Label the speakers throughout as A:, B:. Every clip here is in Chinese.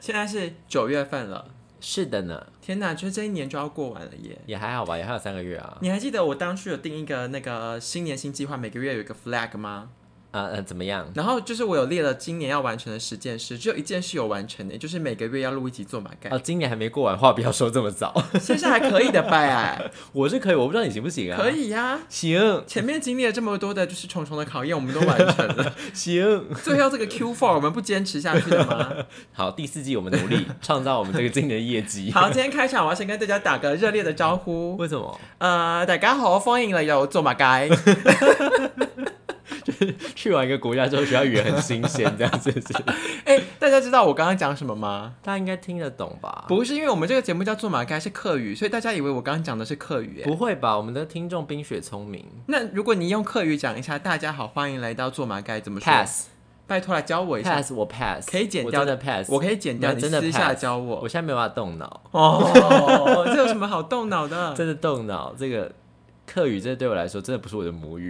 A: 现在是九月份了，
B: 是的呢，
A: 天哪，就这一年就要过完了耶！
B: 也还好吧，也还有三个月啊。
A: 你还记得我当初有定一个那个新年新计划，每个月有一个 flag 吗？
B: 呃呃，怎么样？
A: 然后就是我有列了今年要完成的十件事，只有一件事有完成的，就是每个月要录一集做马盖
B: 哦，，今年还没过完，话不要说这么早。
A: 现在还可以的吧？哎
B: 我是可以，我不知道你行不行啊？
A: 可，以呀、
B: 行
A: 前面经历了这么多的就是重重的考验，我们都完成了，
B: 行。
A: 最后这个 Q four 我们不坚持下去了吗？
B: 好，第四季我们努 力创造我们这个今年的业绩。
A: 好，今天开场我要先跟大家打个热烈的招呼。
B: 为什么？
A: 呃，大家好，欢迎来到做马街。
B: 去完一个国家之后，学校语言很新鲜，这样子是。
A: 哎、大家知道我刚刚讲什么吗？
B: 大家应该听得懂吧？
A: 不是，因为我们这个节目叫做马街是客语，所以大家以为我刚刚讲的是客语。哎
B: 不会吧？我们的听众冰雪聪明
A: 那如果你用客语讲一下，大家好，欢迎来到做马街，怎么说
B: ，pass
A: 拜托来教我一下
B: pass 我 pass，
A: 可以剪掉
B: 我真的 pass，
A: 我可以剪掉，
B: 那
A: 你
B: 真的
A: 私下
B: pass
A: 教
B: 我
A: 我。
B: 现在没有办法动脑，
A: 哦， 这有什么好动脑的
B: 真的动脑这个课语，这对我来说真的不是我的 母语，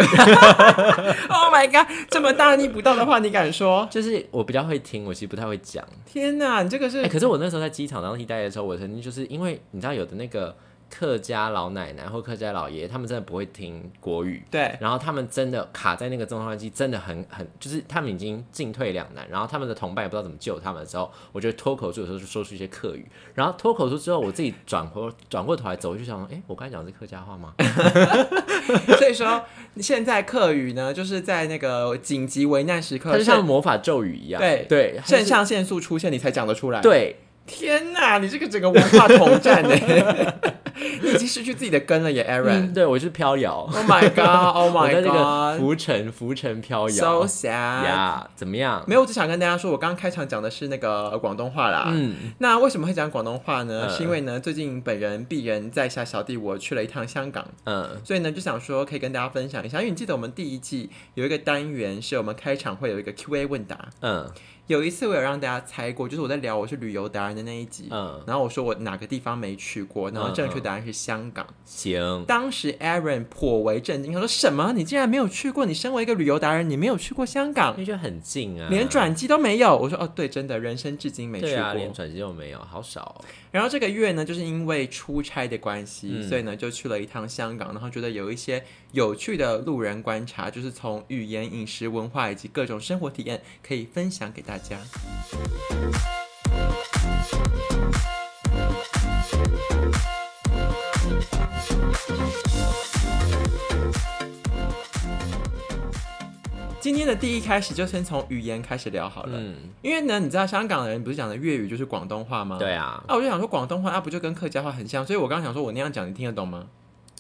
A: ？Oh my god，这么大逆不道的话，你敢说？
B: 就是我比较会听，我其实不太会讲。
A: 天哪，你这个是
B: 哎、可是我那时候在机场当替代役的时候，我曾经就是因为你知道有的那个客家老奶奶或客家老爷，他们真的不会听国语，
A: 对
B: 然后他们真的卡在那个重换机，真的很很，就是他们已经进退两难，然后他们的同伴也不知道怎么救他们的时候，我就脱口出的时候就说出一些客语，然后脱口出之后，我自己转过转过头来走，我就想说，哎、我刚才讲的是客家
A: 哎
B: 话吗？
A: 所以说，现在客语呢，就是在那个紧急危难时刻，
B: 它就像魔法咒语一样，
A: 对
B: 对，它
A: 肾
B: 就是
A: 上腺素出现，你才讲得出来。，
B: 对，
A: 天哪，你这个整个文化统战欸呢， 你已经失去自己的根了耶，Aaron。
B: 嗯，对我就是飘摇，
A: Oh my god，Oh
B: 我在
A: my
B: 这个
A: god，so
B: 浮沉浮沉飘摇
A: sad。
B: 呀怎么样？
A: 没有，我只想跟大家说，我刚刚开场讲的是那个呃广东话啦。
B: 嗯，
A: 那为什么会讲广东话呢？
B: 嗯
A: 是因为呢，最近本人鄙人在下小弟我去了一趟香港，
B: 嗯，
A: 所以呢就想说可以跟大家分享一下，因为你记得我们第一季有一个单元是我们开场会有一个 Q&A 问答，
B: 嗯，
A: 有一次我有让大家猜过，就是我在聊我是旅游达人的那一集，
B: 嗯
A: 然后我说我哪个地方没去过，然后正确答案是香港。
B: 嗯行，
A: 当时 Aaron 颇为震惊，他说什么？你竟然没有去过？你身为一个旅游达人，你没有去过香
B: 因
A: 港，
B: 为就很近啊，
A: 连转机都没有？我说哦，对，真的，人生至今没去
B: 对
A: 过。
B: 啊，连转机都没有，好少哦、
A: 然后这个月呢，就是因为出差的关系，
B: 嗯
A: 所以呢就去了一趟香港，然后觉得有一些有趣的路人观察，就是从语言、饮食、文化以及各种生活体验可以分享给大家。今天的第一开始就先从语言开始聊好了，
B: 嗯，
A: 因为呢，你知道香港人不是讲的粤语就是广东话吗？
B: 对啊，
A: 啊，我就想说广东话，啊不就跟客家话很像，所以我刚刚想说我那样讲你听得懂吗？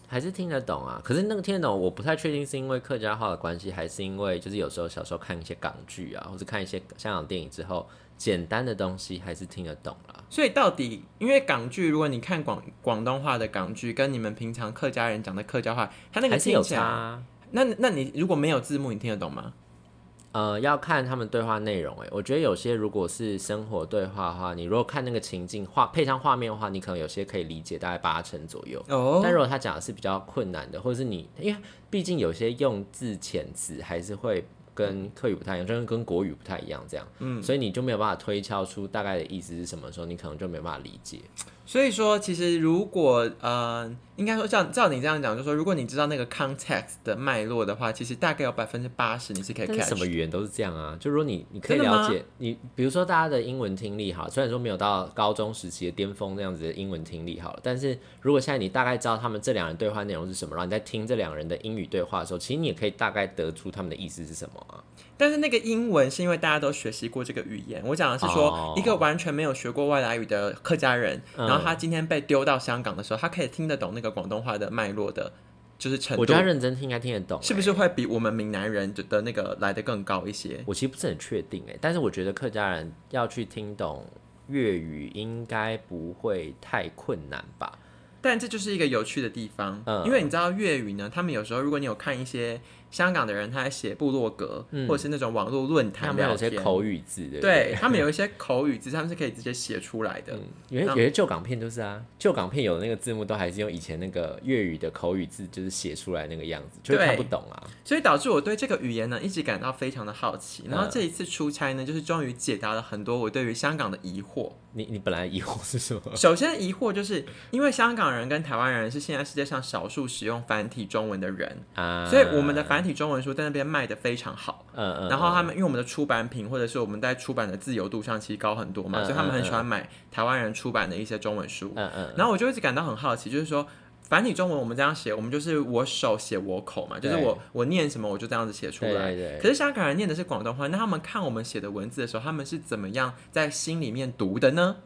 B: 还是听得懂啊。可是那个听得懂，我不太确定是因为客家话的关系，还是因为就是有时候小时候看一些港剧啊，或者看一些香港电影之后，简单的东西还是听得懂啦。
A: 所以到底，因为港剧，如果你看广广东话的港剧，跟你们平常客家人讲的客家话，他那个
B: 还是
A: 听
B: 有
A: 起
B: 差
A: 来，
B: 啊。
A: 那那你如果没有字幕，你听得懂吗？
B: 呃，要看他们对话内容诶、欸我觉得有些如果是生活对话的话，你如果看那个情境画配上画面的话，你可能有些可以理解大概八成左右。
A: 哦
B: 但如果他讲的是比较困难的，或者是你，因为毕竟有些用字遣词还是会跟客语不太一样，就是跟国语不太一样，这样，嗯，所以你就没有办法推敲出大概的意思是什么的时候，你可能就没有办法理解。
A: 所以说，其实如果呃，应该说照照你这样讲，就说如果你知道那个 context 的脉络的话，其实大概有百分之八十你是可以
B: 但是什么
A: catch。
B: 语言都是这样啊，就如果你你可以
A: 真的吗
B: 了解，你比如说大家的英文听力好，虽然说没有到高中时期的巅峰那样子的英文听力好了，但是如果现在你大概知道他们这两人对话内容是什么，然后你在听这两人的英语对话的时候，其实你也可以大概得出他们的意思是什么啊。
A: 但是那个英文是因为大家都学习过这个语言，我讲的是说
B: 哦
A: 一个完全没有学过外来语的客家人，
B: 嗯
A: 然后他今天被丢到香港的时候，他可以听得懂那个广东话的脉络的，就是程
B: 我
A: 度
B: 觉得他，认真听应该听得懂、欸
A: 是不是会比我们闽南人的那个来的更高一些？
B: 我其实不是很确定哎，但是我觉得客家人要去听懂粤语应该不会太困难吧？
A: 但这就是一个有趣的地方，
B: 嗯
A: 因为你知道粤语呢，他们有时候如果你有看一些香港的人他在写部落格、或者是那种网络论
B: 嗯他
A: 坛
B: 们有
A: 聊
B: 些
A: 天，
B: 口语嗯字，
A: 对
B: 对不对？
A: 他们有一些口语字，他们是可以直接写出来的。
B: 有些有些旧港片就是啊，旧港片有的那个字幕都还是用以前那个粤语的口语字，就是写出来那个样子，就会
A: 对
B: 看不懂啊。
A: 所以导致我对这个语言呢一直感到非常的好奇。
B: 嗯
A: 然后这一次出差呢，就是终于解答了很多我对于香港的疑惑。
B: 你你本来疑惑是什么？
A: 首先疑惑就是因为香港人跟台湾人是现在世界上少数使用繁体中文的人，
B: 啊，
A: 所以我们的繁体中文书在那边卖的非常好。
B: 嗯嗯，
A: 然后他们因为我们的出版品或者是我们在出版的自由度上其实高很多嘛，
B: 嗯
A: 所以他们很
B: 嗯
A: 喜欢买台湾人出版的一些中文书。
B: 嗯嗯
A: 然后我就一直感到很好奇，就是说繁体中文我们这样写，我们就是我手写我口嘛，就是
B: 对
A: 我我念什么我就这样子写出
B: 对
A: 来。
B: 对对，
A: 可是香港人念的是广东话，那他们看我们写的文字的时候，他们是怎么样在心里面读的呢？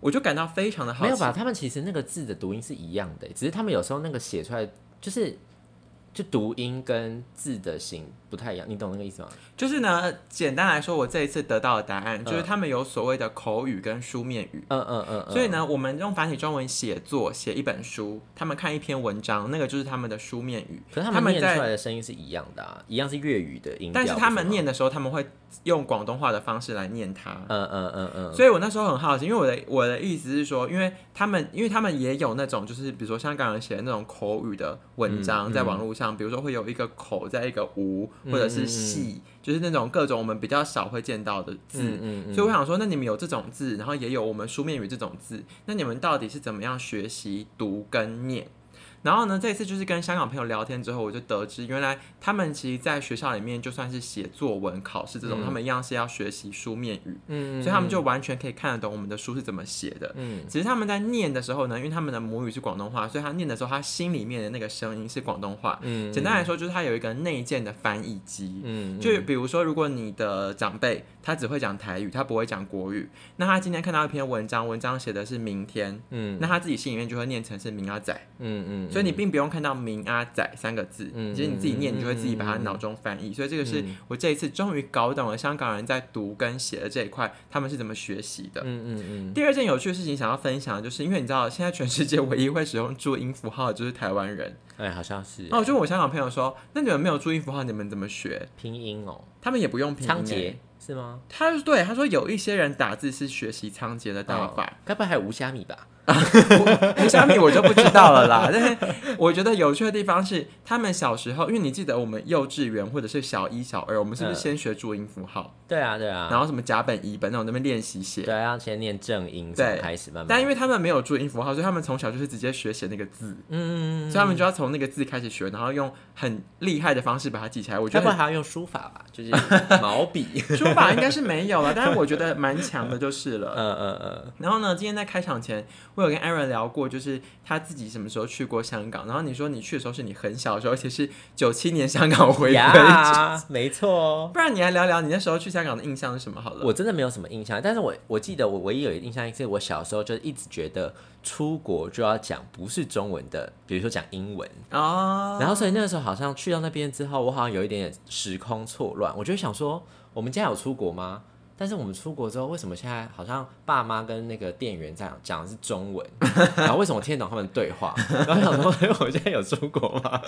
A: 我就感到非常的好奇。
B: 没有吧？他们其实那个字的读音是一样的，欸只是他们有时候那个写出来就是就读音跟字的形不太一样，你懂那个意思吗？
A: 就是呢，呃简单来说，我这一次得到的答案
B: 嗯
A: 就是他们有所谓的口语跟书面语。
B: 嗯嗯嗯，嗯
A: 所以呢，我们用繁体中文写作写一本书，他们看一篇文章，那个就是他们的书面语。
B: 可是
A: 他
B: 他们
A: 们
B: 念
A: 在
B: 出来的声音是一样的啊，一样是粤语的啊音调，
A: 但是他
B: 不
A: 们
B: 吗，
A: 念的时候，他们会用广东话的方式来念它。
B: 嗯嗯嗯嗯，
A: 所以我那时候很好奇，因为我的我的意思是说，因为他们因为他们也有那种就是比如说香港人写的那种口语的文章，
B: 嗯
A: 在网络上，比如说会有一个口在一个无
B: 嗯
A: 或者是细，就是那种各种我们比较少会见到的字。
B: 嗯嗯嗯，
A: 所以我想说，那你们有这种字，然后也有我们书面语这种字，那你们到底是怎么样学习读跟念？然后呢，这一次就是跟香港朋友聊天之后，我就得知原来他们其实，在学校里面就算是写作文、考试这种，
B: 嗯
A: 他们一样是要学习书面语。
B: 嗯，嗯
A: 所以他们就完全可以看得懂我们的书是怎么写的。
B: 嗯
A: 只是他们在念的时候呢，因为他们的母语是广东话，所以他念的时候，他心里面的那个声音是广东话。
B: 嗯
A: 简单来说，就是他有一个内建的翻译机。
B: 嗯，
A: 就比如说，如果你的长辈他只会讲台语，他不会讲国语，那他今天看到一篇文章，文章写的是明天，
B: 嗯
A: 那他自己心里面就会念成是明阿仔，
B: 嗯嗯，
A: 所以你并不用看到明阿仔三个字，
B: 嗯
A: 其实你自己念，
B: 嗯
A: 你就会自己把它脑中翻译。所以这个是我这一次终于搞懂了香港人在读跟写的这一块，他们是怎么学习的。
B: 嗯嗯嗯，
A: 第二件有趣的事情想要分享，的就是因为你知道，现在全世界唯一会使用注音符号的就是台湾人。
B: 哎，好像是
A: 那我就问我香港朋友说：“那你们没有注音符号，你们怎么学
B: 拼音哦，？”
A: 他们也不用拼
B: 仓
A: 音、
B: 颉
A: 欸。
B: 是吗？
A: 他就对他说，有一些人打字是学习仓颉的打法，
B: 哦，该不会还有无虾米吧？
A: 虾米我就不知道了啦。 但是我觉得有趣的地方是，他们小时候，因为你记得我们幼稚园或者是小一、小二，我们是不是
B: 嗯
A: 先学注音符号，
B: 对啊对啊，
A: 然后什么甲本、乙本那种那边练习写？
B: 对，啊要先念正音，从
A: 对
B: 开始慢慢。
A: 但因为他们没有注音符号，所以他们从小就是直接学写那个字，
B: 嗯，
A: 所以他们就要从那个字开始学，然后用很厉害的方式把它记起来。我
B: 该
A: 觉
B: 不会
A: 得
B: 还要用书法吧？ 就是毛笔。
A: 书法应该是没有了，但是我觉得蛮强的就是了。
B: 嗯嗯嗯，
A: 然后呢，今天在开场前，我有跟 Aaron 聊过，就是他自己什么时候去过香港。然后你说你去的时候是你很小的时候，而且是九七年香港回归。
B: 呀，没错哦。
A: 不然你来聊聊你那时候去香港的印象是什么好了。
B: 我真的没有什么印象，但是我我记得我唯一有印象是，我小时候就一直觉得出国就要讲不是中文的，比如说讲英文，
A: 哦，
B: 然后所以那个时候好像去到那边之后，我好像有一点点时空错乱，我就想说，我们家有出国吗？但是我们出国之后，为什么现在好像爸妈跟那个店员在讲的是中文，然后为什么我听得懂他们的对 话？然后想说，哎，我现在有出国吗？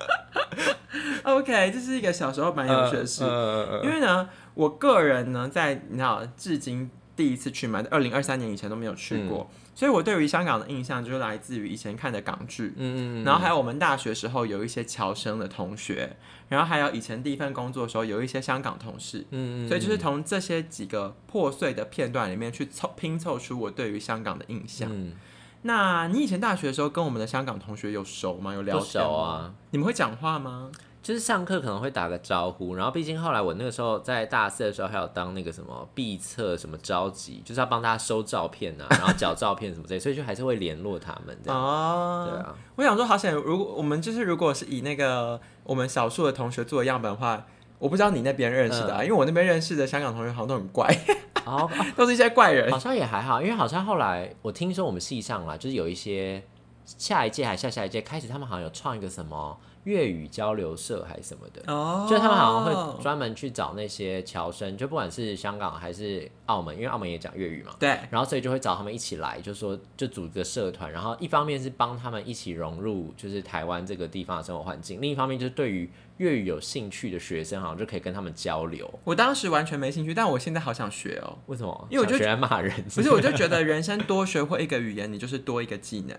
A: OK，这是一个小时候蛮有趣的事。
B: 嗯嗯嗯嗯
A: 因为呢，我个人呢，在你知道，至今第一次去嘛，二零二三年以前都没有
B: 嗯
A: 去过，所以我对于香港的印象就是来自于以前看的港剧，
B: 嗯嗯，
A: 然后还有我们大学时候有一些侨生的同学，然后还有以前第一份工作的时候有一些香港同事，
B: 嗯嗯，
A: 所以就是从这些几个破碎的片段里面去凑拼凑出我对于香港的印象。
B: 嗯，
A: 那你以前大学的时候跟我们的香港同学有熟吗？有聊
B: 不
A: 天
B: 熟
A: 吗？
B: 啊，
A: 你们会讲话吗？
B: 就是上课可能会打个招呼，然后毕竟后来我那个时候在大四的时候还有当那个什么毕测什么召集，就是要帮大家收照片啊，然后缴照片什么之类，所以就还是会联络他们这样。
A: 哦，
B: 对啊，
A: 我想说，好想如果我们就是如果是以那个我们少数的同学做的样本的话，我不知道你那边认识
B: 嗯
A: 的、啊，因为我那边认识的香港同学好像都很怪， 哦
B: 然后
A: 都是一些怪人。
B: 哦好像也还好，因为好像后来我听说我们系上啦，就是有一届还下一届还下下一届开始，他们好像有创一个什么粤语交流社还是什么的，
A: 哦
B: 就是他们好像会专门去找那些侨生，就不管是香港还是澳门，因为澳门也讲粤语嘛，
A: 对，
B: 然后所以就会找他们一起来，就说就组个社团，然后一方面是帮他们一起融入就是台湾这个地方的生活环境，另一方面就是对于粤语有兴趣的学生，好像就可以跟他们交流。
A: 我当时完全没兴趣，但我现在好想学哦。
B: 为什么？
A: 因为我就
B: 想学来骂人，
A: 不是，我就觉得人生多学会一个语言，你就是多一个技 能。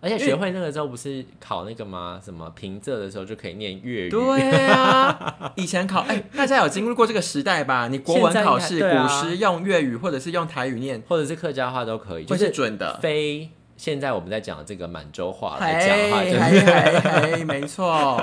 B: 而且学会那个之后不是考那个吗？什么评测的时候就可以念粤语？
A: 对啊，以前考哎、大家有经历过这个时代吧？你国文考试、
B: 现在应该对啊
A: 古诗用粤语或者是用台语念，
B: 或者是客家话都可以，就
A: 会是
B: 是
A: 准的。
B: 非现在我们在讲的这个满洲话来讲的话，
A: 嘿，
B: 就是
A: 嘿嘿嘿，没错，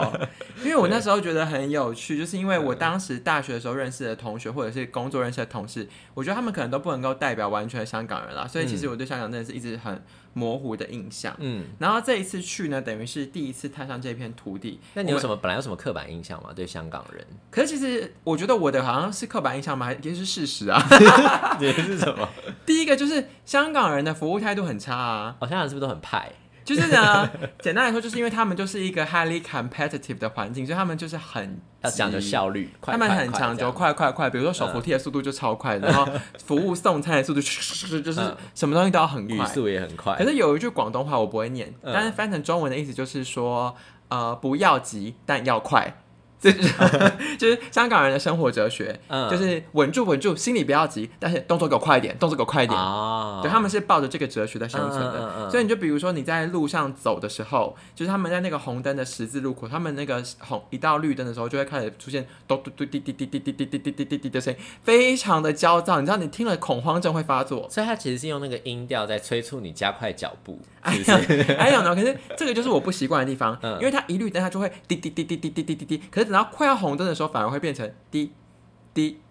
A: 因为我那时候觉得很有趣，就是因为
B: 嗯
A: 我当时大学的时候认识的同学，或者是工作认识的同事，我觉得他们可能都不能够代表完全的香港人啦，所以其实我对香港真的是一直很模糊的印象。
B: 嗯，
A: 然后这一次去呢，等于是第一次踏上这片土地。
B: 那你有
A: 么？
B: 什么本来有什么刻板印象吗？对香港 人？
A: 可是其实我觉得我的好像是刻板印象嘛，还也是事实啊。
B: 你是什么？
A: 第一个就是香港人的服务态度很差啊，
B: 好、香港人是不是都很派？
A: 就是 呢，简单来说，就是因为他们就是一个 highly competitive 的环境，所以他们就是很
B: 要讲究
A: 急
B: 效率，快
A: 他们
B: 快
A: 很
B: 快
A: 讲
B: 这
A: 究
B: 样嗯
A: 快快快，比如说手扶梯的速度就超快，然后服务送餐的速度就是
B: 嗯
A: 什么东西都要很
B: 语
A: 快。
B: 速也很快。
A: 可是有一句广东话我不会念，
B: 嗯
A: 但是翻成中文的意思就是说，呃，不要急，但要快。 这就是就是香港人的生活哲学，
B: 嗯
A: 就是稳住稳住，心里不要急，但是动作给我快一点，动作给我快一点。
B: 啊，
A: 对，他们是抱着这个哲学在生存的。
B: 嗯嗯嗯嗯
A: 所以你就比如说你在路上走的时候，就是他们在那个红灯的十字路口，他们那个红一到绿灯的时候，就会开始出现嘟嘟嘟滴滴滴滴滴滴滴滴滴滴滴的声音，非常的焦躁。你知道你听了恐慌症会发作。
B: 所以他其实是用那个音调在催促你加快脚步，
A: 哎
B: 是不
A: 呀
B: 是？，
A: 哎呀，可是这个就是我不习惯的地方，
B: 嗯
A: 因为它一绿灯它就会滴滴滴滴滴滴滴滴滴，可是等到快要红灯的时候，反而会变成滴滴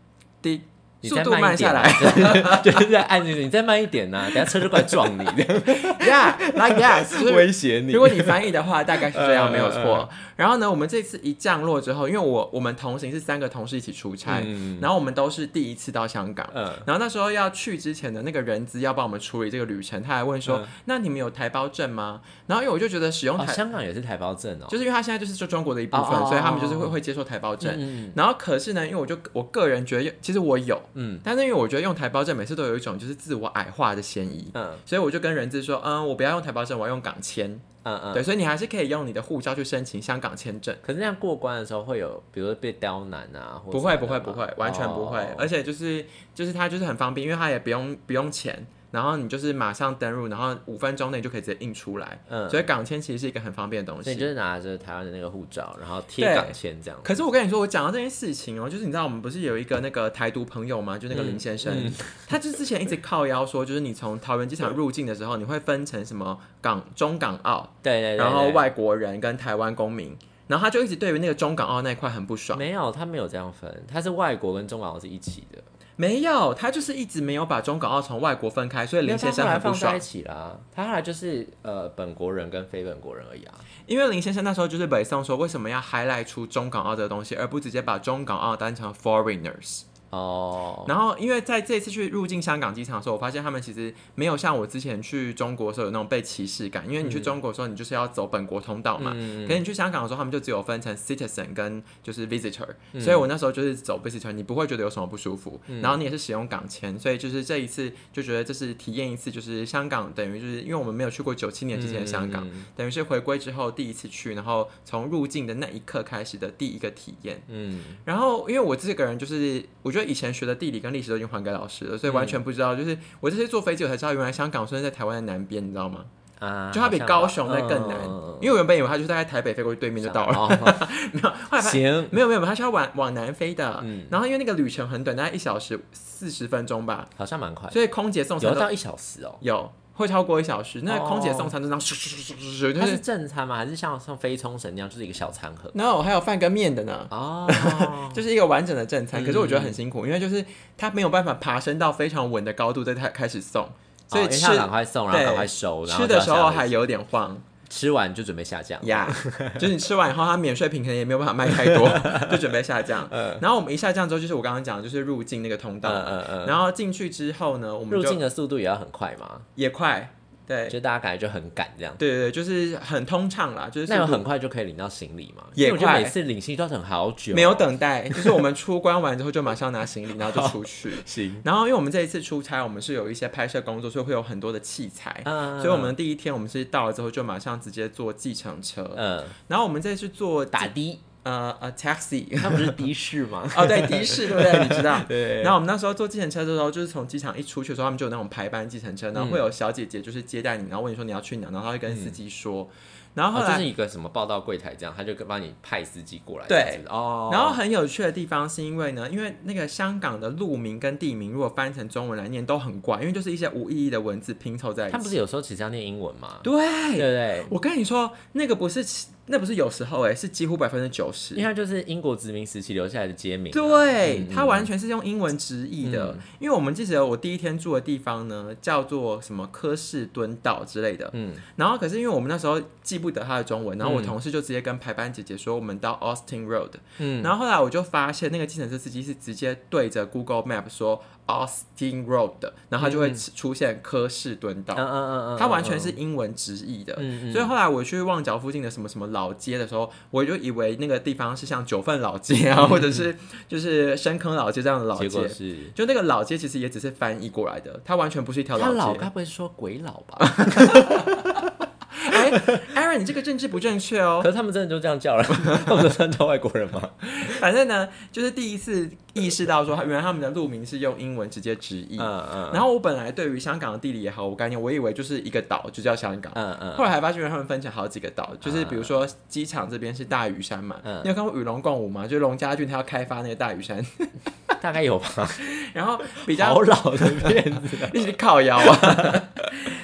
A: 滴，
B: 你
A: 速
B: 再
A: 度
B: 慢
A: 慢
B: 一
A: 下
B: 点
A: 来。
B: 啊， 就是在暗示你再慢一点呐、等下车就过来撞你，这样
A: Yeah，like that，就是
B: 威胁你
A: 如。果你翻译的话，大概是这样，
B: 嗯
A: 没有
B: 嗯
A: 错。然后呢，我们这次一降落之后，因为我我们同行是三个同事一起出差，
B: 嗯
A: 然后我们都是第一次到香港。
B: 嗯，
A: 然后那时候要去之前的那个人资要帮我们处理这个旅程，他还问说：“
B: 嗯
A: 那你们有台胞证吗？”然后因为我就觉得使用
B: 哦，
A: 台，
B: 香港也是台胞证哦，
A: 就是因为他现在就是就中国的一部分，
B: 哦哦哦
A: 所以他们就是会会接受台胞证。
B: 嗯
A: 然后可是呢，因为我就我个人觉得，其实我有，
B: 嗯
A: 但是因为我觉得用台胞证每次都有一种就是自我矮化的嫌疑，
B: 嗯
A: 所以我就跟人资说：“嗯，我不要用台胞证，我要用港签。”
B: 嗯嗯。
A: 对，所以你还是可以用你的护照去申请香港签证。
B: 可是那样过关的时候会有，比如说被刁难啊，或
A: 不会，不会，不会，完全不会。而
B: 且
A: 且就是就是它就是很方便，因为它也不用不用钱，然后你就是马上登录，然后五分钟内就可以直接印出来。
B: 嗯，
A: 所以港签其实是一个很方便的东
B: 所以
A: 西。
B: 你就是拿着台湾的那个护照，然后贴
A: 对
B: 港签这样。
A: 可是我跟你说，我讲到这件事情哦，就是你知道我们不是有一个那个台独朋友吗？就那个林先生，
B: 嗯
A: 他就之前一直靠腰说，就是你从桃园机场入境的时候，你会分成什么港、中港澳，
B: 对对对，
A: 然后
B: 对
A: 外国人跟台湾公民，然后他就一直对于那个中港澳那一块很不爽。
B: 没有，他没有这样分，他是外国跟中港澳是一起的。
A: 没有，他就是一直没有把中港澳从外国分开，所以林先生
B: 没有
A: 很
B: 他后
A: 不
B: 来放在
A: 爽
B: 一。起啦，他后来就是呃本国人跟非本国人而已啊。
A: 因为林先生那时候就是北宋说，为什么要 highlight 出中港澳这个东西，而不直接把中港澳当成 foreigners？、
B: 哦，
A: 然后，因为在这次去入境香港机场的时候，我发现他们其实没有像我之前去中国的时候有那种被歧视感，因为你去中国的时候，你就是要走本国通道嘛。
B: 嗯，
A: 可是你去香港的时候，他们就只有分成 citizen 跟就是 visitor，、所
B: 嗯
A: 以我那时候就是走 visitor，你不会觉得有什么不舒服。然后你也是使用港签，所以就是这一次就觉得这是体验一次，就是香港等于就是因为我们没有去过九七年之前的香
B: 嗯
A: 港，等于是回归之后第一次去，然后从入境的那一刻开始的第一个体验。
B: 嗯，
A: 然后，因为我这个人就是，我觉得以前学的地理跟历史都已经还给老师了，所以完全不知道。就是我这次坐飞机，我才知道原来香港虽然在台湾的南边，你知道吗？
B: 嗯啊，
A: 就它比
B: 好像
A: 高
B: 吧
A: 雄在更南，
B: 嗯哦
A: 因为我原本以为它就是大概台北飞过去对面就到了，
B: 了。
A: 没有，后
B: 哦
A: 来发现
B: 行，
A: 没有没有，它是要往往南飞的。
B: 嗯
A: 然后因为那个旅程很短，大概一小时四十分钟吧，
B: 好像蛮快的，
A: 所以空姐送餐
B: 有
A: 都
B: 到一小时哦。
A: 有会超过一小时。那
B: 哦
A: 空姐送餐就这样咻咻咻咻咻咻，就
B: 它是
A: 是
B: 正餐吗？还是像像飞冲绳那样，就是一个小餐盒？
A: no 还有饭跟面的呢。
B: 哦，
A: 就是一个完整的正餐，
B: 嗯
A: 可是我觉得很辛苦，因为就是它没有办法爬升到非常稳的高度，再开开始送，所以
B: 哦因为
A: 吃、
B: 它要赶快送，然后
A: 对
B: 赶快收，然后
A: 吃
B: 就
A: 的
B: 要
A: 时
B: 下
A: 候
B: 来
A: 还有点 晃
B: 吃完就准备下降。
A: 呀就是你吃完以后，它免税品可能也没有办法卖太 多，就准备下降。然后我们一下降之后，就是我刚刚讲，的，就是入境那个通道
B: 嗯
A: 嘛。
B: 嗯嗯，
A: 然后进去之后呢，我们
B: 入
A: 就
B: 境的速度也要很快嘛。
A: 也快，对
B: 就大家感觉就很赶这样。
A: 对对，对就是很通畅啦，就是
B: 那有
A: 速度
B: 很快就可以领到行李嘛？
A: 也
B: 因为我觉得
A: 快
B: 每次领行李都要等好久。
A: 没有等待，就是我们出关完之后就马上拿行李，然后就出去。
B: 行，
A: 然后因为我们这一次出差，我们是有一些拍摄工作，所以会有很多的器材。
B: 嗯
A: 所以我们第一天我们是到了之后就马上直接坐计程车，
B: 嗯
A: 然后我们这次坐
B: 打的，
A: 呃呃 taxi，
B: 那不是的士吗？
A: 哦对的士对不 对？你知道。
B: 对
A: 然后我们那时候坐计程车的时候，就是从机场一出去的时候，他们就有那种排班计程
B: 嗯
A: 车，然后会有小姐姐就是接待你，然后问你说你要去哪，然后她会跟司机说，然后后
B: 哦，
A: 来
B: 就是一个什么报到柜台这样，他就帮你派司机过来。
A: 对
B: 这样子哦，
A: 然后很有趣的地方是因为呢，因为那个香港的路名跟地名如果翻成中文来念都很怪，因为就是一些无意义的文字拼凑在一
B: 他不
A: 起。
B: 是有时候只是要念英文吗？对不
A: 对，
B: 对？
A: 我跟你说，那个不是那不是有时候哎、是几乎百分之九
B: 因为
A: 十。
B: 它就是英国殖民时期留下来的街名啊。
A: 对
B: 嗯，
A: 它完全是用英文直译的，因为我们记得我第一天住的地方呢，叫做什么科士敦道之类的，
B: 嗯，
A: 然后可是因为我们那时候记不得它的中文，然后我
B: 嗯
A: 同事就直接跟排班姐姐说我们到 Austin Road，
B: 嗯
A: 然后后来我就发现那个计程车司机是直接对着 Google Map 说 Austin Road，的然后他就会出现科士敦道
B: 嗯，嗯嗯嗯，
A: 它完全是英文直译的。
B: 嗯，嗯
A: 所以后来我去旺角附近的什么什么老街的时候，我就以为那个地方是像九份老街啊，或者是就是深坑老街这样的老
B: 结果
A: 街。
B: 是。
A: 就那个老街其实也只是翻译过来的，它完全不是一条
B: 他
A: 老
B: 老
A: 街。
B: 该不会说鬼佬吧？
A: 哎，Aaron，你这个政治不正确哦
B: 可。是他们真的就这样叫了，他们真的叫外国人吗？
A: 反正呢，就是第一次意识到说，原来他们的路名是用英文直接直译。
B: 嗯嗯
A: 然后我本来对于香港的地理也好，我概念我以为就是一个岛就叫香港，
B: 嗯嗯，
A: 后来还发现原来他们分成好几个岛，就是比如说机场这边是大屿山嘛，
B: 嗯
A: 你有看过《与龙共舞》吗？就是龙家俊他要开发那个大屿山，
B: 大概有吧，
A: 然后比
B: 比
A: 较
B: 好老的 片子。
A: 一直靠腰啊。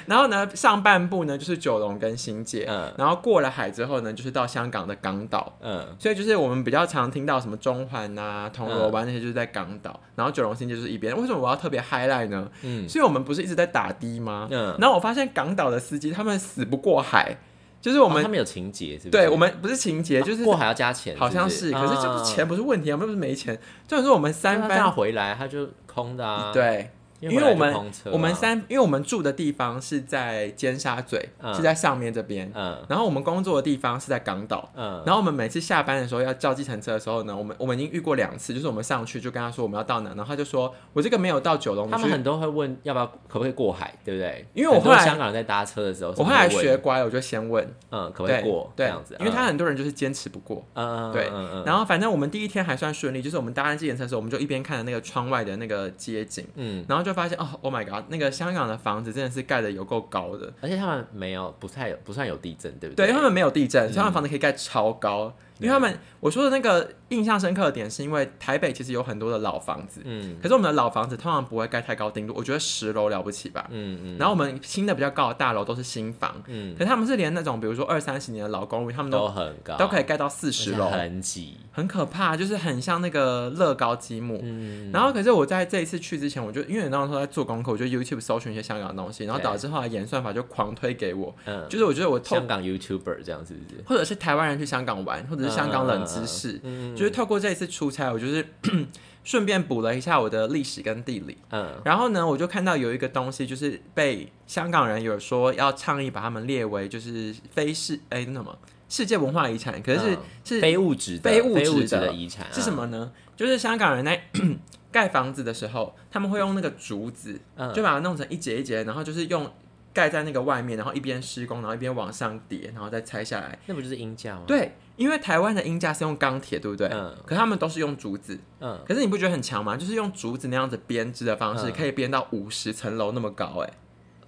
A: 然后呢，上半部呢就是九龙跟新界，
B: 嗯
A: 然后过了海之后呢，就是到香港的港岛。
B: 嗯，
A: 所以就是我们比较常听到什么中环啊、铜锣
B: 嗯
A: 湾那些，就是在港岛，然后九龙新界就是一边。为什么我要特别 highlight 呢？
B: 嗯
A: 所以我们不是一直在打的吗？
B: 嗯
A: 然后我发现港岛的司机他们死不过海，就是我
B: 哦
A: 们、
B: 他们有情节是不是？啊
A: 对我们不是情节，就是
B: 过海要加钱，
A: 好像
B: 是
A: 是，
B: 不
A: 可是这不
B: 啊
A: 钱不是问题啊，我们又不是没钱，就是我们
B: 但
A: 三
B: 他这样
A: 番
B: 回来，他就空的啊。，
A: 对。因为
B: 回来
A: 我
B: 就
A: 们
B: 空车啊
A: 我们三，因为我们住的地方是在尖沙咀，
B: 嗯
A: 是在上面这边，
B: 嗯
A: 然后我们工作的地方是在港岛，
B: 嗯，
A: 然后我们每次下班的时候要叫计程车的时候呢，我们我们已经遇过两次，就是我们上去就跟他说我们要到哪，然后他就说我这个没有到九龙，
B: 他
A: 我
B: 们
A: 去。
B: 很多会问要不要可不可以过海，对不对？
A: 因为我
B: 很多
A: 后来
B: 香港人在搭车的时候，
A: 我后来
B: 是会问
A: 学，乖了，我就先问，
B: 嗯，可不可
A: 对
B: 以过这
A: 对
B: 样子，，
A: 因为他
B: 嗯
A: 很多人就是坚持不过。
B: 嗯嗯
A: 对
B: 嗯嗯嗯
A: 然后反正我们第一天还算顺利，就是我们搭上计程车的时候，我们就一边看着那个窗外的那个街景，
B: 嗯，
A: 然后就发现哦，Oh my god，那个香港的房子真的是盖的有够高的，
B: 而且他们没有不太有不算有地震，对不嗯
A: 对，
B: 对
A: 因为他们没有地震，所以他们房子可以盖超高。因为他们我说的那个印象深刻的点，是因为台北其实有很多的老房子，
B: 嗯
A: 可是我们的老房子通常不会盖太高顶度，我觉得十楼了不起吧。
B: 嗯嗯，
A: 然后我们新的比较高的大楼都是新房，
B: 嗯
A: 可是他们是连那种比如说二三十年的老公寓，他们都
B: 都很高，
A: 都
B: 以
A: 可以盖到四十楼，
B: 很挤，
A: 很可怕，就是很像那个乐高积木。
B: 嗯，
A: 然后，可是我在这一次去之前，我就因为那时候在做功课，我就 YouTube 搜寻一些香港的东西，然后
B: 对
A: 导致后来演算法就狂推给我，
B: 嗯，
A: 就是我觉得我透
B: 香港 YouTuber 这样是不是？
A: 或者是台湾人去香港玩，或者是香港冷知识，
B: 嗯
A: 就是透过这一次出差，我就是 顺便补了一下我的历史跟地理。
B: 嗯
A: 然后呢，我就看到有一个东西，就是被香港人有说要倡议把他们列为就是非世哎、那什么世界文化遗产，可是
B: 嗯
A: 是、
B: 非物质的
A: 非物质的
B: 非物质的遗产啊
A: 是什？么呢？就是香港人在 盖房子的时候，他们会用那个竹子，
B: 嗯
A: 就把它弄成一节一节，然后就是用盖在那个外面，然后一边施工，然后一边往上叠，然后再拆下来。
B: 那不就是音架吗？，
A: 对，因为台湾的鹰架是用钢铁，对不对？
B: 嗯
A: 可他们都是用竹子，
B: 嗯，
A: 可是你不觉得很强吗？就是用竹子那样子编织的方式，
B: 嗯
A: 可以编到五十层楼那么高、哎，